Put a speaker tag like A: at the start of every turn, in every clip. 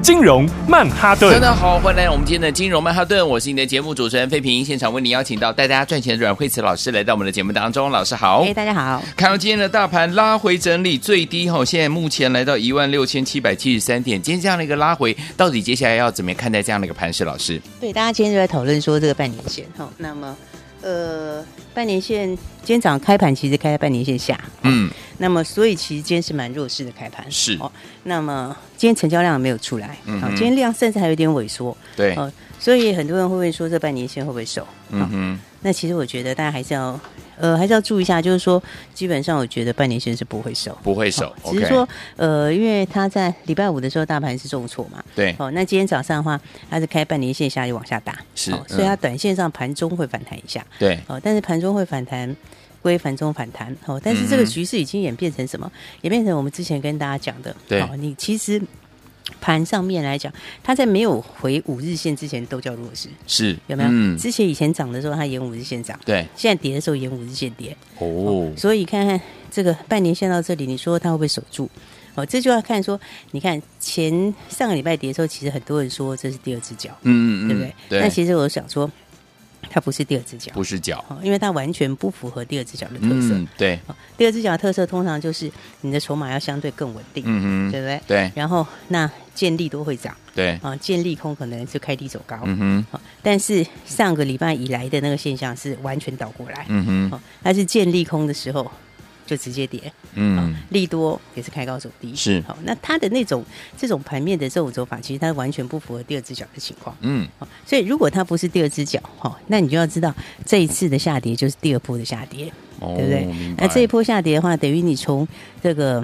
A: 金融曼哈
B: 大
A: 顿。
B: 家好，欢迎来到我们今天的金融曼哈顿，我是你的节目主持人费平，现场为你邀请到带大家赚钱的阮慧慈老师来到我们的节目当中，老师好。
C: 哎，大家好，
B: 看到今天的大盘拉回整理，最低哈，现在目前来到一万六千七百七十三点。今天这样的一个拉回，到底接下来要怎么样看待这样的一个盘势？老师，
C: 对，大家今天就在讨论说这个半年线哈，那么呃，半年线今天早上开盘其实开在半年线下，
B: 嗯，
C: 那么所以其实今天是蛮弱势的开盘，哦
B: 是，
C: 那么今天成交量没有出来，
B: 嗯
C: 好
B: 哼
C: 今天量甚至还有点萎缩，
B: 对，
C: 哦，所以很多人会问说这半年线会不会守？哦
B: 嗯哼，
C: 那其实我觉得大家还是要呃还是要注意一下，就是说基本上我觉得半年线是不会守。哦
B: 不会守
C: 只是
B: ，OK，
C: 说，呃，因为它在礼拜五的时候，大盘是重挫嘛，
B: 对，
C: 哦，那今天早上的话，它是开半年线下就往下打，
B: 是
C: 哦所以它
B: 嗯
C: 短线上盘中会反弹一下，
B: 对，
C: 哦，但是盘中会反弹。归盘中反弹哦，但是这
B: 嗯
C: 个
B: 哼
C: 局势已经演变成什么？演变成我们之前跟大家讲的，
B: 对
C: 哦，你其实盘上面来讲，它在没有回五日线之前都叫弱势，
B: 是，
C: 有没有？
B: 嗯，
C: 之前以前涨的时候它沿五日线涨，
B: 对，
C: 现在跌的时候沿五日线跌，
B: 哦，
C: 所以看看这个半年线到这里，你说它会不会守住？哦，这就要看说，你看前上个礼拜跌的时候，其实很多人说这是第二只脚，
B: 嗯
C: 对不对？那
B: 对，
C: 其实我想说，它不是第二只脚，
B: 不是脚，
C: 哦，因为它完全不符合第二只脚的特色。
B: 嗯，对，
C: 哦第二只脚的特色通常就是你的筹码要相对更稳定，
B: 嗯
C: 对
B: 哼，
C: 不对？
B: 对，
C: 然后那建利都会涨
B: 对，
C: 啊，建利空可能就开低走高。
B: 嗯哼，
C: 哦但是上个礼拜以来的那个现象是完全倒过来，
B: 嗯哼，
C: 哦，它是建利空的时候就直接跌，
B: 嗯
C: 嗯，，利多也是开高走低，
B: 是
C: 好、那它的那种这种盘面的这种走法，其实它完全不符合第二只脚的情况。
B: 嗯，
C: 好所以，如果它不是第二只脚，哈、那你就要知道这一次的下跌就是第二波的下跌，
B: 哦
C: 对不对
B: 明？白
C: 那这一波下跌的话，等于你从这个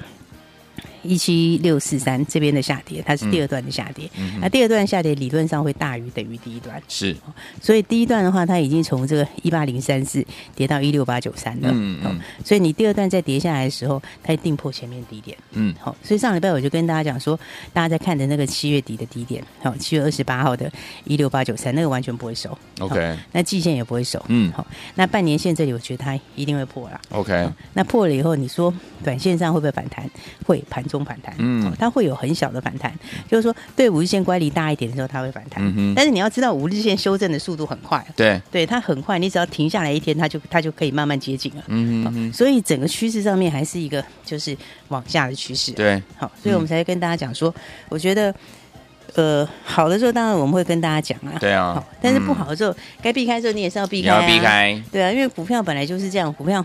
C: 一七六四三这边的下跌，它是第二段的下跌。
B: 嗯
C: 那
B: 哼，
C: 第二段下跌理论上会大于等于第一段，
B: 是，
C: 所以第一段的话，它已经从这个一八零三四跌到一六八九三了。哦
B: 嗯嗯
C: 所以你第二段再跌下来的时候，它一定破前面低点。
B: 嗯，
C: 好、所以上礼拜我就跟大家讲说，大家在看的那个七月底的低点，好、七月二十八号的一六八九三，那个完全不会守。好
B: OK
C: 那季线也不会守。
B: 嗯
C: 好、那半年线这里，我觉得它一定会破啦。
B: OK，
C: 那破了以后，你说短线上会不会反弹？会盘中反弹，
B: 嗯
C: 好它会有很小的反弹，就是说对五日线乖离大一点的时候，它会反弹。
B: 嗯哼
C: 但是你要知道，五日线修正的速度很快，啊
B: 对，
C: 对它很快，你只要停下来一天，它就它就可以慢慢接近了。
B: 嗯哼，
C: 所以整个趋势上面还是一个就是往下的趋势。啊
B: 对，嗯
C: 好，所以我们才会跟大家讲说，我觉得，呃，好的时候当然我们会跟大家讲啊，
B: 对啊
C: 好，但是不
B: 嗯
C: 好的时候，该避开的时候你也是要避
B: 你
C: 开、啊，
B: 要避，开，
C: 对啊，因为股票本来就是这样，股票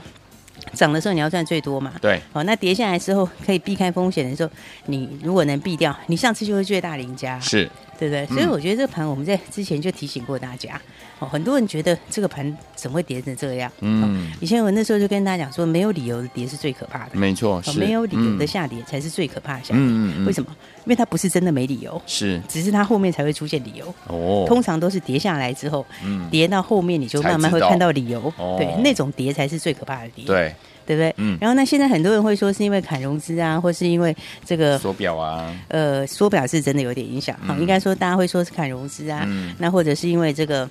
C: 涨的时候你要赚最多嘛，
B: 对，
C: 好，那跌下来之后可以避开风险的时候，你如果能避掉，你上次就是最大赢家，啊
B: 是，
C: 对不对？所以我觉得这个盘我们在之前就提醒过大家，哦，很多人觉得这个盘怎么会跌成这样？
B: 嗯，
C: 以前我那时候就跟大家讲说，没有理由的跌是最可怕的，
B: 没错，
C: 哦
B: 嗯是
C: 没有理由的，下跌才是最可怕的下跌。
B: 嗯嗯嗯
C: 为什么？因为它不是真的没理由，
B: 是
C: 只是它后面才会出现理由。
B: 哦，
C: 通常都是跌下来之后，
B: 嗯，
C: 跌到后面你就慢慢会
B: 才知道
C: 看到理由
B: 哦，
C: 对，那种跌才是最可怕的跌，
B: 对，
C: 对不对？
B: 嗯
C: 然后那现在很多人会说是因为砍融资啊，或是因为这个
B: 手表啊，
C: 呃缩表是真的有点影响哈，
B: 嗯
C: 应该说大家会说是砍融资啊，
B: 嗯
C: 那或者是因为这个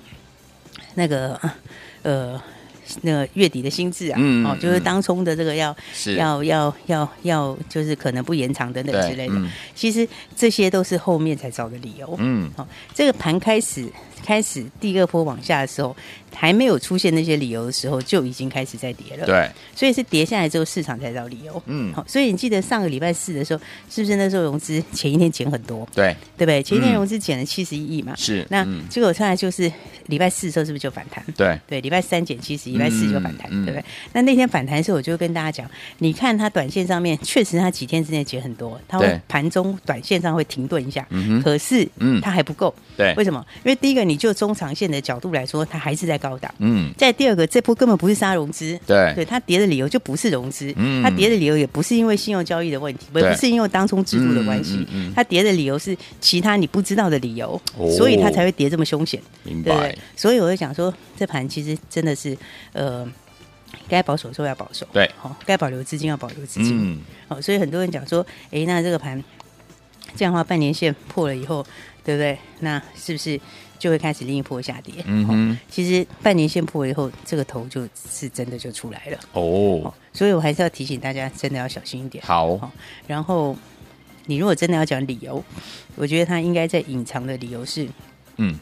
C: 那个呃那个月底的心智啊，
B: 嗯
C: 哦，就是
B: 嗯
C: 当冲的这个要
B: 是
C: 要要要要，就是可能不延长等等
B: 对
C: 之类的。
B: 嗯
C: 其实这些都是后面才找的理由。
B: 嗯，
C: 好、这个盘开始开始第二波往下的时候，还没有出现那些理由的时候，就已经开始在跌了。，
B: 对，
C: 所以是跌下来之后，市场才找理由。
B: 嗯
C: 好、所以你记得上个礼拜四的时候，是不是那时候融资前一天减很多，
B: 对，
C: 对不对？前一天
B: 嗯
C: 融资减了七十一亿嘛。
B: 是
C: 那
B: 嗯
C: 结果后来就是礼拜四的时候，是不是就反弹？
B: 对，
C: 对，礼拜三减七十一，礼拜四就反弹，
B: 嗯嗯
C: 对不对？那那天反弹的时候，我就跟大家讲，你看它短线上面确实它几天之内跌很多，它
B: 对
C: 会盘中短线上会停顿一下，
B: 嗯哼，
C: 可是
B: 嗯
C: 它还不够，
B: 对
C: 为，什么？因为第一个，你就中长线的角度来说，它还是在高档。
B: 嗯，
C: 再第二个，这波根本不是杀融资，
B: 对，
C: 对它跌的理由就不是融资，
B: 哎嗯
C: 它跌的理由也不是因为信用交易的问题，不
B: 对
C: 不是因为当冲制度的关
B: 嗯
C: 系
B: 嗯嗯嗯，
C: 它跌的理由是其他你不知道的理由
B: 哦，
C: 所以它才会跌这么凶险，
B: 明
C: 对不对
B: 白，？
C: 所以我就讲说，这盘其实真的是呃。该保守的时候要保守，
B: 对
C: 好、该保留资金要保留资金，
B: 嗯，
C: 好、所以很多人讲说，诶，那这个盘这样的话，半年线破了以后，对不对？那是不是就会开始另一波下跌？哦
B: 嗯哼，
C: 其实半年线破了以后，这个头就是真的就出来了。
B: 哦
C: 哦，，所以我还是要提醒大家，真的要小心一点。
B: 好，
C: 然后，你如果真的要讲理由，我觉得他应该在隐藏的理由是
B: 嗯，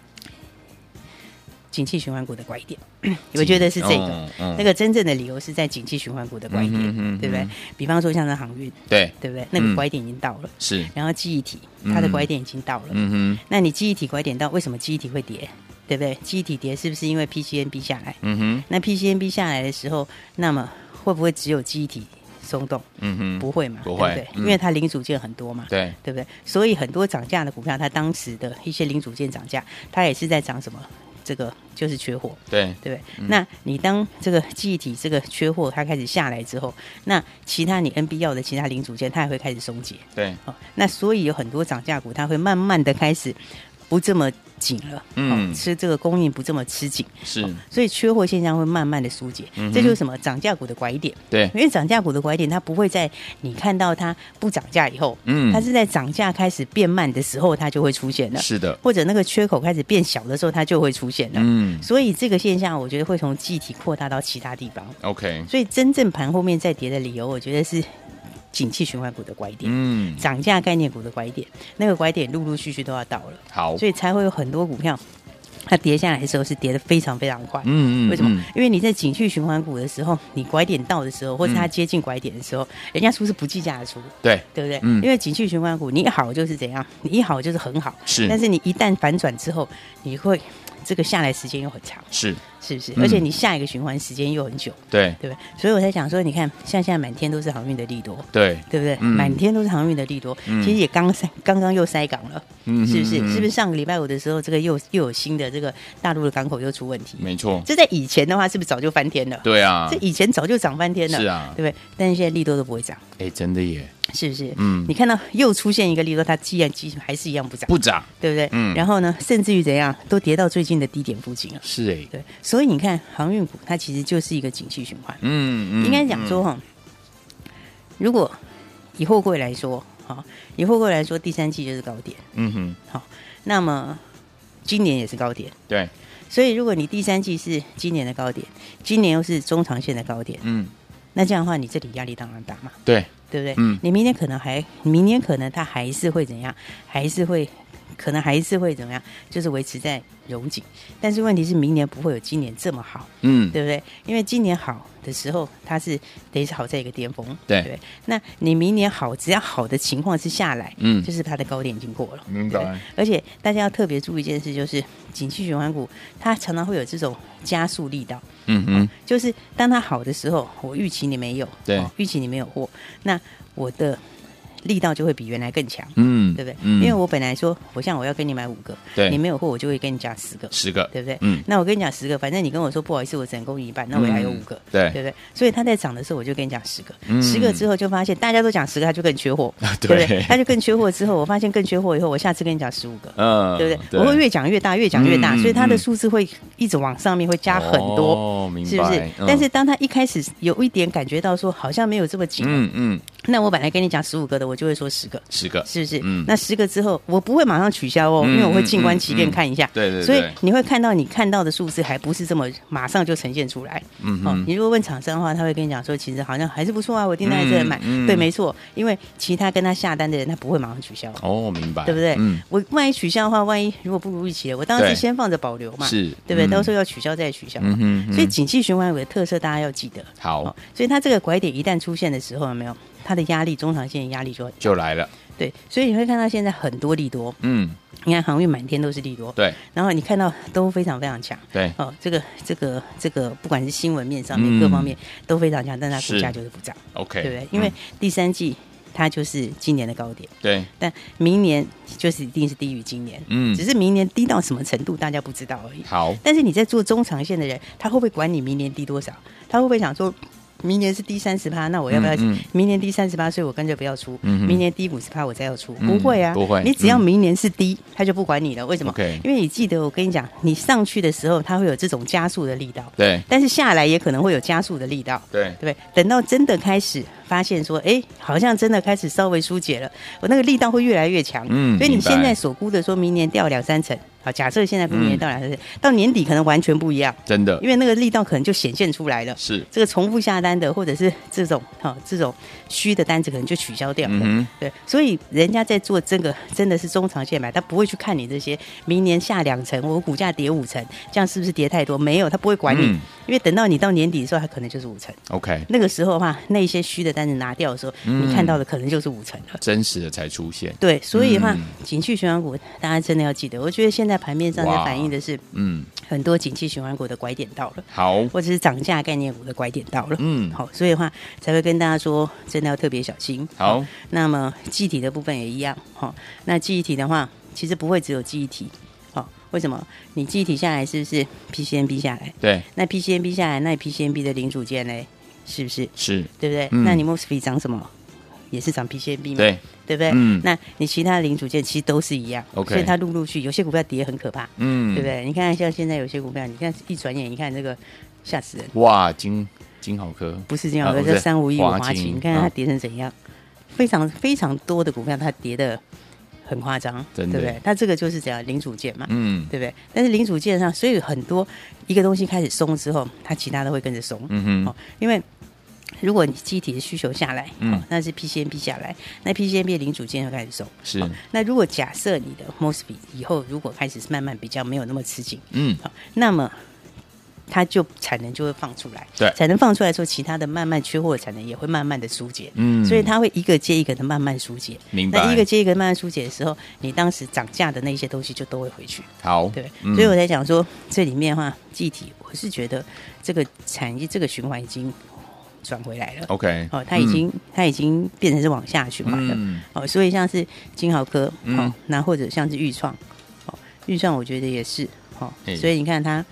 C: 景气循环股的拐点， 我觉得是这个。
B: 嗯，嗯
C: 那个真正的理由是在景气循环股的拐
B: 嗯
C: 点，
B: 哼嗯哼嗯
C: 对不对？比方说像是航运，
B: 对，
C: 对不对？那个拐点已经到了，
B: 是，
C: 然后记忆体它的拐点已经到了。
B: 嗯嗯哼，
C: 那你记忆体拐点到，为什么记忆体会跌？对不对？记忆体跌是不是因为 PCNB 下来？
B: 嗯哼，
C: 那 PCNB 下来的时候，那么会不会只有记忆体松动？
B: 嗯哼，
C: 不会嘛？
B: 不会
C: 对不
B: 嗯
C: 对？因为它零组件很多嘛，
B: 对，
C: 对不对？所以很多涨价的股票，它当时的一些零组件涨价，它也是在涨什么？这个就是缺货，
B: 对，
C: 对不对？那你当这个记忆体这个缺货它开始下来之后，那其他你 NB 要的其他零组件，它也会开始松解
B: 对，
C: 哦。那所以有很多涨价股，它会慢慢的开始不这么紧了，
B: 嗯
C: 哦，吃这个供应不这么吃紧，
B: 是，
C: 所以缺货现象会慢慢的疏解，
B: 嗯哼
C: 这就是什么涨价股的拐点。
B: 对，
C: 因为涨价股的拐点，它不会在你看到它不涨价以后，
B: 嗯
C: 它是在涨价开始变慢的时候，它就会出现了，
B: 是的，
C: 或者那个缺口开始变小的时候，它就会出现了。
B: 嗯
C: 所以这个现象，我觉得会从集体扩大到其他地方。
B: ，OK，
C: 所以真正盘后面再跌的理由，我觉得是景气循环股的拐点。
B: 嗯，
C: 涨价概念股的拐点，那个拐点陆陆续续都要到了，
B: 好，
C: 所以才会有很多股票它跌下来的时候是跌得非常非常快。
B: 嗯嗯，
C: 为什么？
B: 嗯
C: 因为你在景气循环股的时候，你拐点到的时候，或是
B: 嗯
C: 它接近拐点的时候，人家出是不计价的出，
B: 对，
C: 对不对？
B: 嗯
C: 因为景气循环股，你一好就是怎样，你一好就是很好，
B: 是
C: 但是你一旦反转之后，你会这个下来时间又很长，
B: 是，
C: 是不是？
B: 嗯
C: 而且你下一个循环时间又很久，
B: 对，
C: 对不对？所以我才讲说，你看像现在满天都是航运的利多。
B: 对，
C: 对不对？
B: 嗯
C: 满天都是航运的利多，其实也刚塞，刚刚又塞港了，
B: 嗯
C: 是不是？
B: 嗯
C: 是不是上个礼拜五的时候，这个又又有新的这个大陆的港口又出问题？
B: 没错，
C: 这在以前的话，是不是早就翻天了？
B: 对啊
C: 这，以前早就涨翻天了，
B: 是啊
C: 对不对？但是现在利多都不会涨，
B: 哎，真的耶，
C: 是不是？
B: 嗯
C: 你看到又出现一个利多，它既然基还是一样不涨，
B: 不涨，
C: 对不对？
B: 嗯
C: 然后呢，甚至于怎样，都跌到最近的低点附近了。
B: 是哎，
C: 对，所以你看航运股，它其实就是一个景气循环。
B: 嗯嗯，
C: 应该讲说哈，如果以货柜来说，哈，以货柜来说，第三季就是高点，
B: 嗯，嗯
C: 那么今年也是高点。
B: 哼，对，
C: 所以，如果你第三季是今年的高点，今年又是中长线的高点，
B: 嗯，
C: 那这样的话，你这里压力当然大嘛，
B: 对，
C: 对不对？
B: 嗯
C: 你明年可能还，明年可能它还是会怎样，还是会，可能还是会怎么样，就是维持在荣景。但是问题是，明年不会有今年这么好，
B: 嗯，
C: 对不对？因为今年好的时候，它是等于是好在一个巅峰，
B: 对
C: 不那你明年好，只要好的情况是下来，
B: 嗯
C: 就是它的高点已经过了，
B: 明白
C: 对不对而且大家要特别注意一件事，就是景气循环股，它常常会有这种加速力道，
B: 嗯嗯，
C: 就是当它好的时候，我预期你没有，哦
B: 对
C: 预期你没有货，那我的力道就会比原来更强。
B: 嗯，
C: 对不对？
B: 嗯，
C: 因为我本来说，我像我要跟你买五个，
B: 对
C: 你没有货，我就会跟你加十个，
B: 十个，
C: 对不对？
B: 嗯，
C: 那我跟你讲十个，反正你跟我说不好意思，我只能供你一半，那我还有五个，
B: 嗯对
C: 对不对？所以他在涨的时候，我就跟你讲十个，
B: 嗯
C: 十个之后就发现大家都讲十个，他就更缺货，
B: 对
C: 不对？他就更缺货之后，我发现更缺货以后，我下次跟你讲十五个。
B: 嗯，
C: 对不对？我会越讲越大，越讲越大，
B: 嗯嗯
C: 所以它的
B: 嗯
C: 数字会一直往上面，会加很多，
B: 哦，明白，
C: 是不是？
B: 嗯
C: 但是，当他一开始有一点感觉到说好像没有这么紧，啊
B: 嗯嗯，
C: 那我本来跟你讲十五个的，我就会说十个，
B: 十个，
C: 是不是？
B: 嗯
C: 那十个之后，我不会马上取消哦，
B: 嗯
C: 因为我会静观其变
B: 嗯嗯
C: 看一下。
B: 对对对
C: 所以你会看到你看到的数字还不是这么马上就呈现出来。
B: 嗯
C: 哦
B: 哼，
C: 你如果问厂商的话，他会跟你讲说，其实好像还是不错啊，我订单还是很买。
B: 嗯嗯
C: 对，没错，因为其他跟他下单的人，他不会马上取消。
B: 哦，明白，
C: 对不对？
B: 嗯，
C: 我万一取消的话，万一如果不如预期了，我当然
B: 对
C: 是先放着保留嘛，
B: 是
C: 对不对？
B: 嗯
C: 到时候要取消再取消
B: 嗯
C: 嘛。
B: 哼嗯哼
C: 所以哦景气循环有的特色，大家要记得。
B: 好
C: 哦，所以它这个拐点一旦出现的时候，有没有它的压力，中长线的压力就很
B: 就来了，
C: 对，所以你会看到现在很多利多，
B: 嗯，
C: 你看航运满天都是利多，
B: 对
C: 然后你看到都非常非常强。
B: 对，
C: 哦，这个这个这个，不管是新闻面上
B: 嗯
C: 面各方面都非常强，但它股
B: 是
C: 价就是不涨，
B: OK，
C: 对不对？因为
B: 嗯
C: 第三季它就是今年的高点，
B: 对，
C: 但明年就是一定是低于今年，
B: 嗯
C: 只是明年低到什么程度大家不知道而已。
B: 好，
C: 但是你在做中长线的人，他会不会管你明年低多少？他会不会想说，明年是低三十趴，那我要不要？
B: 嗯嗯
C: 明年低三十趴，所以我跟着不要出。
B: 嗯哼
C: 明年低五十趴，我再要出。
B: 嗯
C: 不会啊，
B: 不会
C: 你只要
B: 嗯
C: 明年是低，他就不管你了。为什么
B: OK
C: 因为你记得我跟你讲，你上去的时候，它会有这种加速的力道，
B: 对
C: 但是下来也可能会有加速的力道。
B: 对
C: 对不对？等到真的开始发现说，哎，好像真的开始稍微疏解了，我那个力道会越来越强。
B: 嗯
C: 所以你
B: 明白
C: 现在所估的说明年掉两三成，好，假设现在明年掉两三成，到年底可能完全不一样，
B: 真的
C: 因为那个力道可能就显现出来了。
B: 是，
C: 这个重复下单的，或者是这种哈、这种虚的单子，可能就取消掉了。
B: 嗯哼
C: 对，所以人家在做这个真的是中长线买，他不会去看你这些明年下两成，我股价跌五成，这样是不是跌太多？没有，他不会管你，
B: 嗯
C: 因为等到你到年底的时候，他可能就是五成。
B: ，OK，
C: 那个时候的话，那一些虚的单子拿掉的时候，
B: 嗯
C: 你看到的可能就是五成了。
B: 真实的才出现，
C: 对，所以的话
B: 嗯，
C: 景气循环股大家真的要记得。我觉得现在盘面上在
B: 哇
C: 反映的是
B: 嗯，
C: 很多景气循环股的拐点到了，
B: 好，
C: 或者是涨价概念股的拐点到了。
B: 嗯，
C: 好，所以的话才会跟大家说，真的要特别小心。
B: 好，
C: 那么记忆体的部分也一样。好，那记忆体的话，其实不会只有记忆体。好，为什么？你记忆体下来是不是 PCNB 下来？
B: 对，
C: 那 PCNB 下来，那 PCNB 的零组件呢？是不是？
B: 是，
C: 对不对？
B: 嗯
C: 那你 MOSFET 涨什么？也是涨 PCB 嘛，
B: 对，
C: 对不对？
B: 嗯
C: 那你其他的零组件其实都是一样
B: OK
C: 所以它陆陆续有些股票跌很可怕，
B: 嗯，
C: 对不？对？你看像现在有些股票，你看一转眼，你看这个吓死人，
B: 哇，金金好科，
C: 不是这样
B: 啊
C: 的，
B: 不是
C: 这三五一五
B: 华啊
C: 华
B: 勤
C: 勤，你看它跌成怎样？非常非常多的股票它跌的很夸张，对
B: 真
C: 不
B: 的
C: 对？它这个就是怎样零组件嘛，
B: 嗯
C: 对不对？但是零组件上，所以很多一个东西开始松之后，它其他的会跟着松，
B: 嗯
C: 哦
B: 哼，，
C: 因为如果你机体的需求下来，
B: 嗯
C: 嗯，那是 PCMB 下来，那 PCMB 零组件就开始松。
B: 是，
C: 那如果假设你的 MOSFET 以后如果开始慢慢比较没有那么吃紧，
B: 嗯，
C: 好，那么它就产能就会放出来，
B: 对
C: 产能放出来之后，其他的慢慢缺货的产能也会慢慢的疏解，
B: 嗯
C: 所以它会一个接一个的慢慢疏解。
B: 明
C: 那
B: 白
C: 一，个接一个慢慢疏解的时候，你当时涨价的那些东西就都会回去。
B: 好，
C: 对，
B: 嗯
C: 所以我在讲说，这里面的话，具体我是觉得这个产业这个循环已经转回来了。
B: OK，
C: 哦，它已经、它已经变成是往下循环了。
B: 嗯，
C: 哦，所以像是金豪科，
B: 嗯
C: 哦，那或者像是豫创，哦，豫创我觉得也是，哦
B: 嘿，
C: 所以你看它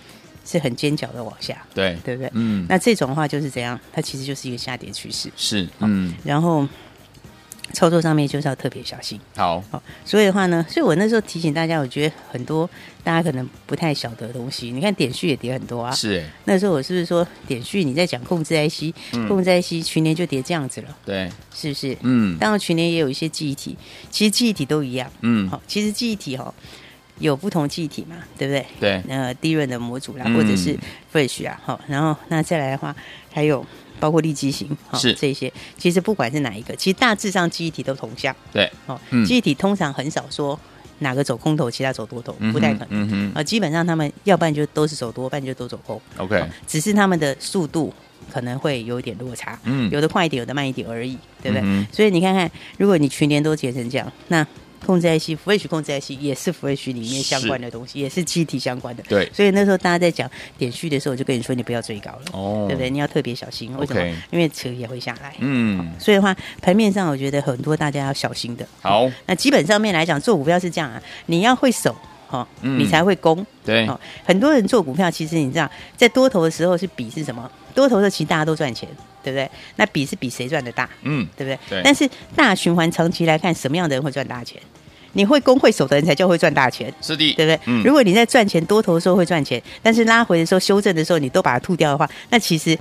C: 是很尖角的往下，
B: 对，
C: 对不对？
B: 嗯，
C: 那这种的话就是怎样？它其实就是一个下跌趋势，
B: 是，嗯，
C: 然后操作上面就是要特别小心。
B: 好，
C: 好，所以的话呢，所以我那时候提醒大家，我觉得很多大家可能不太晓得的东西，你看点序也跌很多啊。
B: 是，哎
C: 那时候我是不是说点序你在讲控制 IC，、控制 IC 去年就跌这样子了，
B: 对，
C: 是不是？
B: 嗯
C: 当然去年也有一些记忆体，其实记忆体都一样。
B: 嗯，
C: 好、其实记忆体哈、哦、有不同记忆体嘛，对不对？
B: 对，
C: 那低润的模组啦，
B: 嗯
C: 或者是 Flash 啊，好、然后那再来的话，还有包括立基型，好、
B: 是
C: 这些，其实不管是哪一个，其实大致上记忆体都同向。
B: 对，
C: 哦
B: 嗯，
C: 记忆体通常很少说哪个走空头，其他走多头，
B: 嗯哼
C: 不太可能。
B: 嗯哼
C: 啊，基本上他们要不然就都是走多，不然就都走空，
B: ，OK，
C: 只是他们的速度可能会有一点落差，
B: 嗯，
C: 有的快一点，有的慢一点而已，对不对？
B: 嗯哼
C: 所以你看看，如果你全年都结成这样，那控制 IC、Flash 控制 IC 也是 Flash 里面相关的东西，也是记忆体相关的。
B: 对
C: 所以那时候大家在讲点序的时候，我就跟你说你不要追高了，
B: 哦
C: 对不对？你要特别小心，为什么
B: OK
C: 因为扯也会下来。
B: 嗯，
C: 所以的话，盘面上我觉得很多大家要小心的。
B: 好，
C: 那基本上面来讲，做股票是这样啊，你要会守。哦，
B: 嗯哎
C: 你才会攻、
B: 对，
C: 哦。很多人做股票，其实你知道，在多头的时候是比是什么？多头的时候其实大家都赚钱，对不对？那比是比谁赚的大，
B: 嗯，
C: 对不对？
B: 对
C: 但是大循环长期来看，什么样的人会赚大钱？你会攻会守的人才叫会赚大钱，
B: 是的，
C: 对不对？
B: 嗯
C: 如，果你在赚钱多头的时候会赚钱，但是拉回的时候修正的时候你都把它吐掉的话，那其实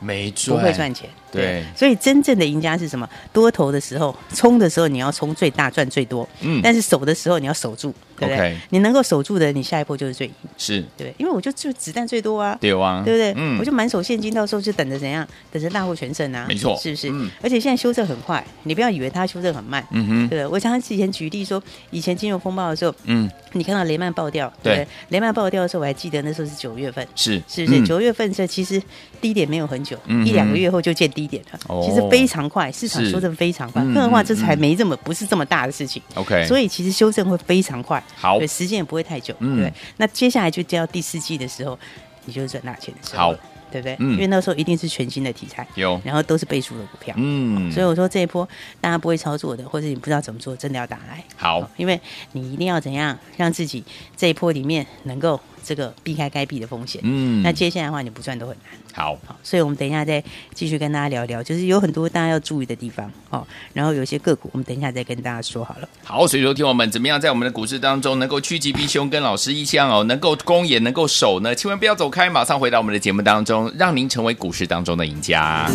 B: 没
C: 不
B: 赚，
C: 会赚钱。
B: 对
C: 所以真正的赢家是什么？多头的时候冲的时候你要冲最大赚最多，
B: 嗯
C: 但是守的时候你要守住，对不对
B: OK
C: 你能够守住的，你下一波就是最赢，
B: 是，
C: 对不对？因为我就就子弹最多啊，
B: 对啊，
C: 对不对？
B: 嗯，
C: 我就满手现金，到时候就等着怎样，等着大获全胜啊，
B: 没错
C: 是不是？
B: 嗯
C: 而且现在修正很快，你不要以为它修正很慢，
B: 嗯哼
C: 对不对我常常之前举例说，以前金融风暴的时候，
B: 嗯，
C: 你看到雷曼爆掉，
B: 对
C: 对不对？雷曼爆掉的时候，我还记得那时候是九月份。
B: 是，
C: 是不是
B: 嗯
C: 九月份这其实低点没有很久，
B: 嗯哼
C: 一两个月后就见低点了
B: 哦，
C: 其实非常快，市场
B: 是
C: 修正非常快。
B: 嗯
C: 更何况这
B: 嗯
C: 才
B: 嗯
C: 没这么不是这么大的事情，
B: OK，
C: 所
B: 以
C: 以其实修正会非常快，
B: 好
C: 对，时间也不会太久，
B: 嗯
C: 对。那接下来就到第四季的时候，你就是赚大钱的时候了
B: 好，
C: 对不对？
B: 嗯
C: 因为那时候一定是全新的题材，
B: 有
C: 然后都是倍数的股票，
B: 嗯，
C: 所以我说这一波大家不会操作的，或者你不知道怎么做，真的要打来。
B: 好，
C: 因为你一定要怎样让自己这一波里面能够这个避开该避的风险。
B: 嗯，
C: 那接下来的话，你不赚都很难。
B: 好
C: 好，所以我们等一下再继续跟大家聊聊，就是有很多大家要注意的地方哦。然后有些个股，我们等一下再跟大家说好了。
B: 好，所以说听我们怎么样在我们的股市当中能够趋吉避凶，跟老师一样哦，能够攻也能够守呢，千万不要走开，马上回到我们的节目当中，让您成为股市当中的赢家。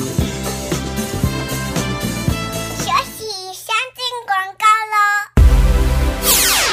D: 学习先进广告喽。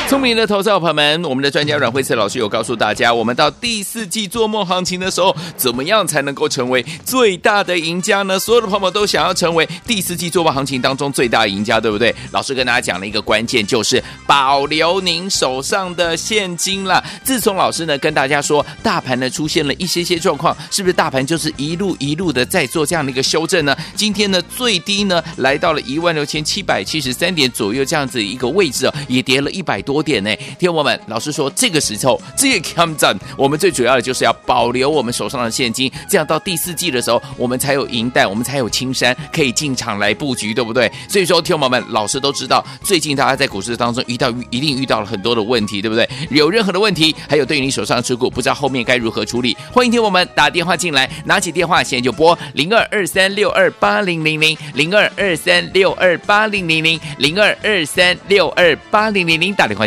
B: 聪明的投资者朋友们，我们的专家阮慧慈老师有告诉大家，我们到第四季做梦行情的时候，怎么样才能够成为最大的赢家呢？所有的朋友们都想要成为第四季做梦行情当中最大的赢家，对不对？老师跟大家讲了一个关键，就是保留您手上的现金啦。自从老师呢跟大家说，大盘呢出现了一些些状况，是不是大盘就是一路一路的在做这样的一个修正呢？今天呢最低呢来到了一万六千七百七十三点左右这样子一个位置哦，也跌了一百多点呢。听众朋友们，老师说这个时候这个 come down，我们最主要的就是要保留我们手上的现金，这样到第四季的时候，我们才有银弹，我们才有青山可以进场来布局，对不对？所以说，听众朋友们，老师都知道，最近大家在股市当中遇到一定遇到了很多的问题，对不对？有任何的问题，还有对于你手上的持股不知道后面该如何处理，欢迎听我们打电话进来，拿起电话现在就拨零二二三六二八零零零零二二三六二八零零零零二二三六二八零零零打电话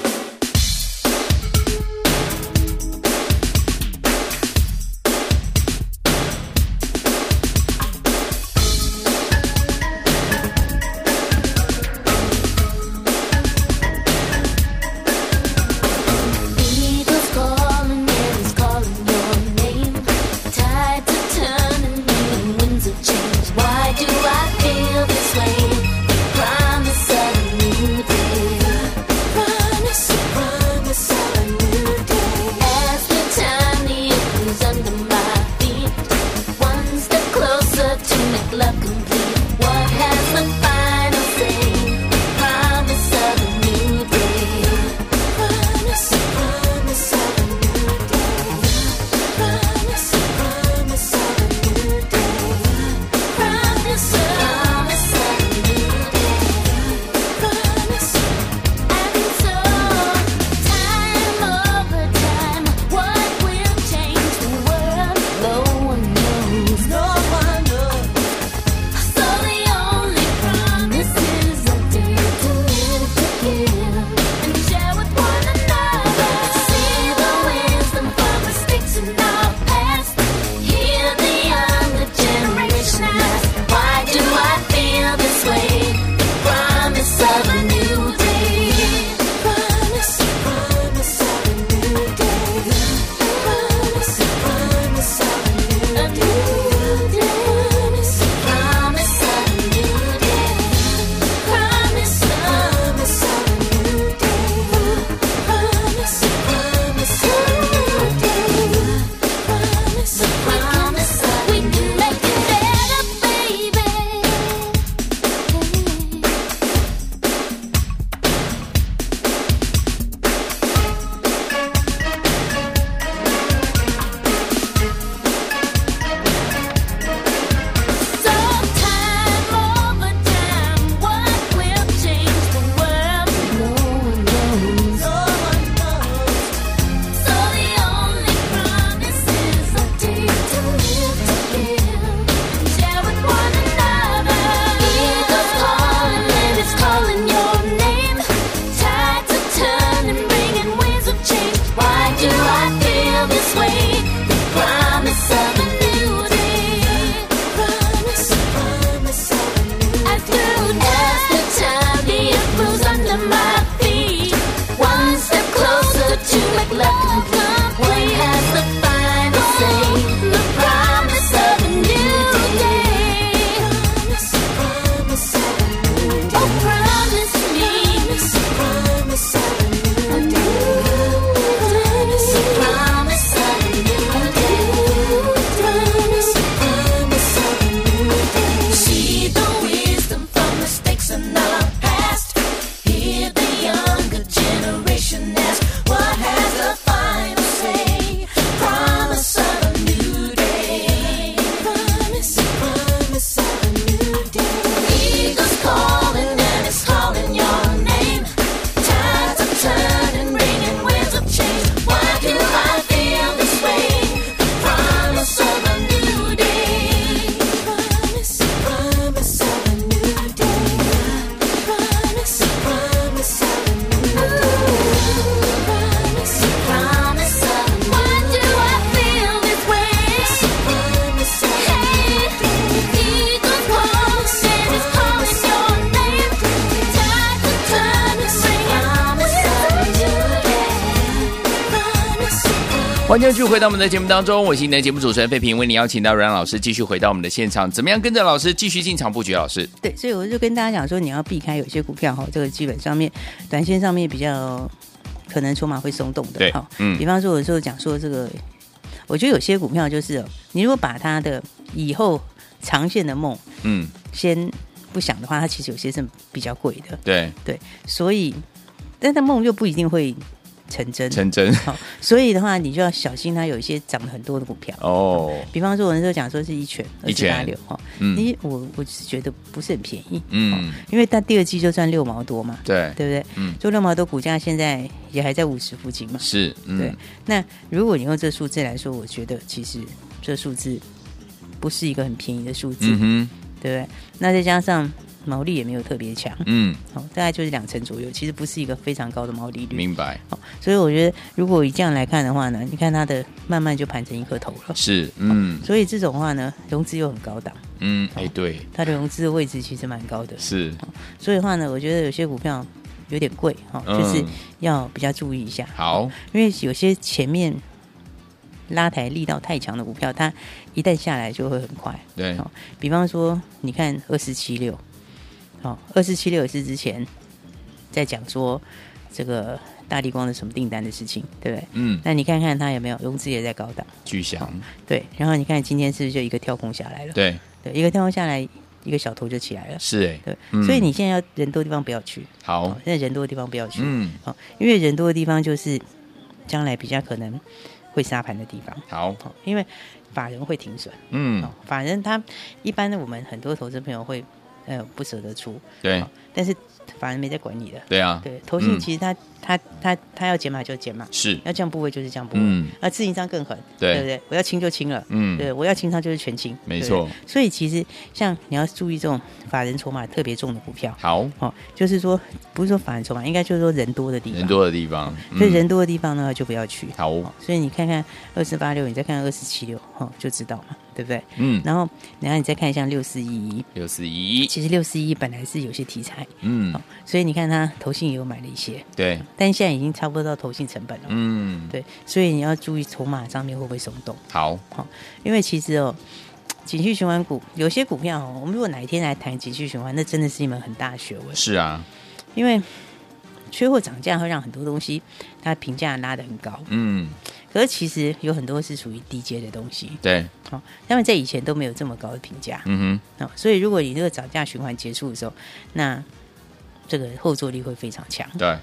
E: Eagles calling, yeah, he's calling your name. Tides are turning, even winds have changed. Why do I feel this way? The promise of a new day. Promise, promise of a new day. As the tiny is under my feet, one step closer to make love complete. What has the final say? The promise of a new day. Promise, promise of a new day. Promise, promise of a new day. Promise, promise of a new day. Promise. I've been so time over time. What will change the world?
B: 欢迎继续回到我们的节目当中，我是你的节目主持人费平，为你邀请到阮老师继续回到我们的现场，怎么样跟着老师继续进场布局？啊老师，
C: 对，所以我就跟大家讲说，你要避开有些股票哈，这个基本上面短线上面比较可能筹码会松动的
B: 对
C: 哈。
B: 嗯
C: 比方说我就讲说这个，我觉得有些股票就是哦，你如果把它的以后长线的梦
B: 嗯，
C: 先不想的话，它其实有些是比较贵的，
B: 对，
C: 所以但它梦就不一定会成真。
B: 成真
C: 好，所以的话，你就要小心它有一些涨得很多的股票。
B: 哦，
C: 比方说，我那时候讲说是一拳
B: 一
C: 二十
B: 拳
C: 八六哈，
B: 嗯
C: 你我我是觉得不是很便宜，
B: 嗯，
C: 因为它第二季就赚六毛多嘛，
B: 对，
C: 对不对？
B: 嗯，
C: 就六毛多，股价现在也还在五十附近嘛。
B: 是，
C: 对
B: 嗯，，
C: 那如果你用这数字来说，我觉得其实这数字不是一个很便宜的数字，
B: 嗯哼，
C: 对不对？那再加上毛利也没有特别强，
B: 嗯，
C: 哦，大概就是两成左右，其实不是一个非常高的毛利率。哦
B: 明白，
C: 所以我觉得，如果以这样来看的话呢，你看它的慢慢就盘成一颗头了。
B: 是，嗯
C: 所以这种话呢，融资又很高档，
B: 嗯，哎，对，
C: 它的融资的位置其实蛮高的。
B: 是，
C: 所以的话呢，我觉得有些股票有点贵哈、哦，就是
B: 嗯
C: 要比较注意一下，
B: 好，
C: 因为有些前面拉抬力道太强的股票，它一旦下来就会很快。
B: 对，
C: 好比方说，你看二四七六，好，二四七六也是之前在讲说这个大地光的什么订单的事情，对不对？
B: 嗯，
C: 那你看看它有没有融资也在高档，
B: 巨响，
C: 对。然后你看今天是不是就一个跳空下来了？
B: 对，
C: 对，一个跳空下来，一个小头就起来了。
B: 是，哎，
C: 对，
B: 嗯
C: 所以你现在要人多地方不要去，
B: 好
C: 哦，，现在人多的地方不要去，
B: 嗯，
C: 好，因为人多的地方就是将来比较可能会杀盘的地方，
B: 好，
C: 好，因为法人会停损，
B: 嗯
C: 哦，，法人他一般的我们很多投资朋友会呃不舍得出，
B: 对
C: 好，但是法人没在管你的，
B: 对啊，
C: 对，投
B: 嗯
C: 信其实他、他他他要减码就减码，
B: 是，
C: 要降部位就是降部位，
B: 嗯
C: 啊，自营商更狠，
B: 对
C: 不对？我要清就清了。
B: 嗯，
C: 对，我要清仓就是全清，
B: 没
C: 对不对
B: 错。
C: 所以其实像你要注意这种法人筹码特别重的股票，
B: 好，
C: 哦，就是说不是说法人筹码，应该就是说人多的地方。
B: 人多的地方，
C: 所以
B: 嗯
C: 人多的地方呢就不要去。
B: 好，
C: 哦所以你看看二四八六，你再看二四七六，哦，就知道嘛，对不对？
B: 嗯，
C: 然后，然后你再看一下六四一一，
B: 六四一，
C: 其实六四一本来是有些题材，哦
B: 嗯，
C: 所以你看它投信也有买了一些，
B: 对，
C: 但现在已经差不多到投信成本了。
B: 嗯，
C: 对，所以你要注意筹码上面会不会松动，
B: 好，
C: 因为其实哦，景气循环股有些股票哦，我们如果哪一天来谈景气循环，那真的是一门很大的学问。
B: 是啊，
C: 因为缺货涨价会让很多东西它评价拉得很高，
B: 嗯，
C: 可是其实有很多是属于低阶的东西，
B: 对，
C: 哦，他们在以前都没有这么高的评价，
B: 嗯
C: 哦，所以如果你这个涨价循环结束的时候，那这个后坐力会非常强
B: 哼，，对，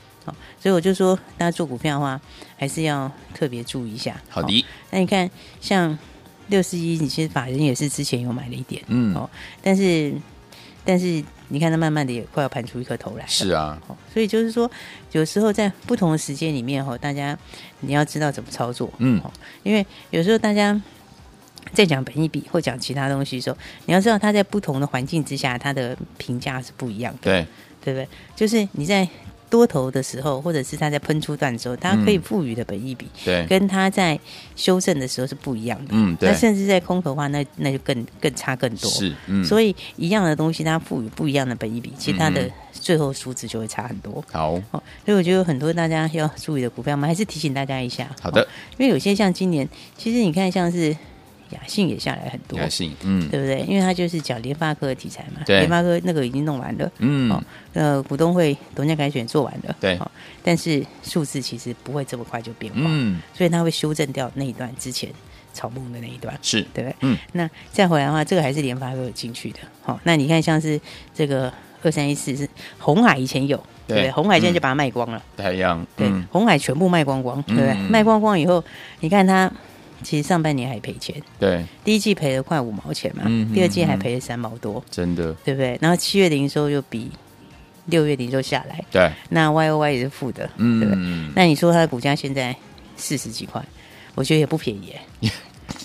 C: 所以我就说，大家做股票的话，还是要特别注意一下。
B: 好
C: 哦
B: 的，
C: 那你看像六四一，你其实法人也是之前有买了一点，
B: 嗯
C: 哦，但是但是你看它慢慢的也快要盘出一颗头来了，
B: 是啊，
C: 哦所以就是说，有时候在不同的时间里面哈，大家你要知道怎么操作，
B: 嗯
C: 哦，因为有时候大家在讲本益比或讲其他东西的时候，你要知道它在不同的环境之下，它的评价是不一样的，
B: 对，
C: 对不对？就是你在多头的时候，或者是它在喷出段的时候，它可以赋予的本益比，
B: 对，
C: 跟它在修正的时候是不一样的。
B: 嗯，
C: 那
B: 对，
C: 甚至在空头的话，那那就更更差更多。
B: 是，嗯，
C: 所
B: 以
C: 以一样的东西，它赋予不一样的本益比，其实它
B: 嗯
C: 的最后数值就会差很多。
B: 好，
C: 哦，所以我觉得有很多大家要注意的股票，我们还是提醒大家一下。
B: 好的
C: 哦因为有些像今年，其实你看像是雅信也下来很多，
B: 开心，嗯，
C: 对不对？因为它就是讲联发科的题材嘛，
B: 对
C: 联发科那个已经弄完了，
B: 嗯
C: 哦，呃，股东会董家改选做完了，
B: 对
C: 哦但是数字其实不会这么快就变化，
B: 嗯，
C: 所以它会修正掉那一段之前炒梦的那一段。
B: 是，
C: 对不对？
B: 嗯，
C: 那再回来的话，这个还是联发科有进去的。好、那你看像是这个二三一四是红海以前有，对不
B: 对
C: 对？红海现在
B: 嗯
C: 就把它卖光了，
B: 太阳，
C: 对，
B: 嗯，
C: 红海全部卖光光，对不对？
B: 嗯
C: 卖光光以后，你看它其实上半年还赔钱，
B: 对，
C: 第一季赔了快五毛钱嘛，
B: 嗯
C: 第二季还
B: 嗯
C: 赔了三毛多，
B: 真的，
C: 对不对？然后七月的营收又比六月的营收下来，
B: 对，
C: 那 Y O Y 也是负的，对不对？
B: 嗯，
C: 那你说它的股价现在四十几块，我觉得也不便宜耶，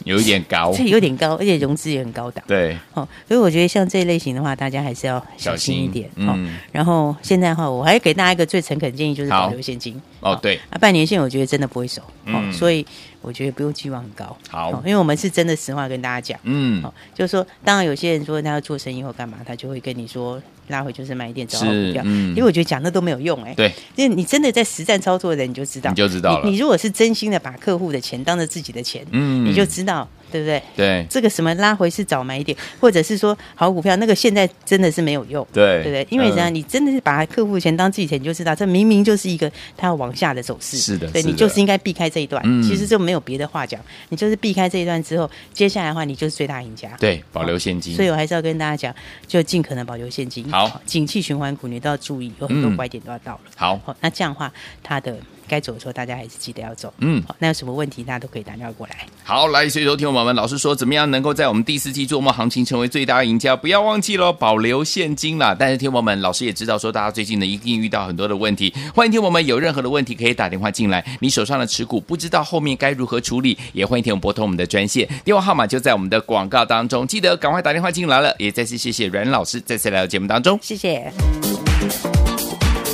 B: 有一点高，
C: 这有点高，而且融资也很高档。
B: 对，
C: 哦，所以我觉得像这一类型的话，大家还是要小心一点。哦，
B: 嗯，
C: 然后现在的话，我还给大家一个最诚恳的建议，就是
B: 好
C: 保留现金。
B: 哦
C: 好，
B: 对，
C: 啊，半年线我觉得真的不会守。哦，
B: 嗯
C: 所以我觉得不用期望很高。
B: 好
C: 哦因为我们是真的实话跟大家讲。
B: 嗯
C: 哦，，就是说，当然有些人说他要做生意或干嘛，他就会跟你说拉回就是买一点找好
B: 是
C: 股票，
B: 嗯
C: 因为我觉得讲那都没有用哎、
B: 对，
C: 因为你真的在实战操作的人，你就知道，
B: 你就知道了
C: 你。你如果是真心的把客户的钱当做自己的钱，
B: 嗯
C: 你就知道，对不对？
B: 对
C: 这个什么拉回是早买一点，或者是说好股票，那个现在真的是没有用，
B: 对
C: 对不对？因为怎样，
B: 嗯
C: 你真的是把客户的钱当自己钱，你就知道这明明就是一个它要往下的走势，
B: 是的
C: 对
B: 是的
C: 你就是应该避开这一段
B: 嗯。
C: 其实就没有别的话讲，你就是避开这一段之后，接下来的话你就是最大赢家。
B: 对，保留现金
C: 所。以我还是要跟大家讲，就尽可能保留现金。
B: 好，
C: 景气循环股你都要注意，有很多
B: 嗯
C: 拐点都要到了。
B: 好，
C: 好，那这样的话，它的该走的时候，大家还是记得要走。
B: 嗯
C: 好，那有什么问题，大家都可以打电话过来。
B: 好，来，所以说听我们老师说，怎么样能够在我们第四季做梦行情成为最大赢家？不要忘记喽，保留现金啦。但是听我们老师也知道说，大家最近呢一定遇到很多的问题，欢迎听我们有任何的问题可以打电话进来。你手上的持股不知道后面该如何处理，也欢迎听我们拨通我们的专线，电话号码就在我们的广告当中，记得赶快打电话进来了。也再次谢谢阮老师再次来到节目当中。
C: 谢谢。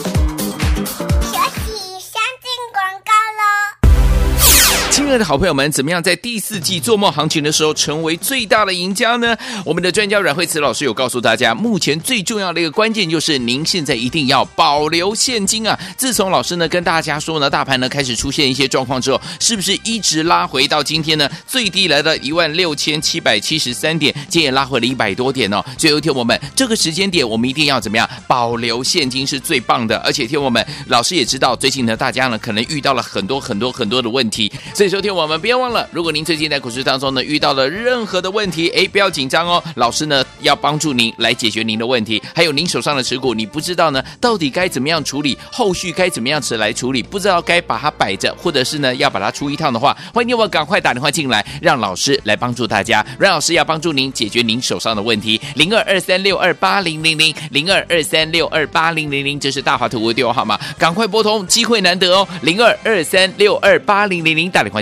D: 学习先进广告喽。
B: 亲爱的好朋友们，怎么样在第四季做梦行情的时候成为最大的赢家呢？我们的专家阮慧慈老师有告诉大家，目前最重要的一个关键就是您现在一定要保留现金啊！自从老师呢跟大家说呢，大盘呢开始出现一些状况之后，是不是一直拉回到今天呢最低来到一万六千七百七十三点，今天也拉回了一百多点哦。所以，有天我们这个时间点，我们一定要怎么样保留现金是最棒的，而且听我们老师也知道，最近呢大家呢可能遇到了很多很多很多的问题，所以说听我们不要忘了，如果您最近在股市当中呢遇到了任何的问题，哎，不要紧张哦，老师呢要帮助您来解决您的问题，还有您手上的持股，你不知道呢到底该怎么样处理，后续该怎么样子来处理，不知道该把它摆着，或者是呢要把它出一趟的话，欢迎我赶快打电话进来，让老师来帮助大家，阮老师要帮助您解决您手上的问题，零二二三六二八零零零零二二三六二八零零零，这是大华图的电话号码，赶快拨通，机会难得哦，零二二三六二八零零零打电话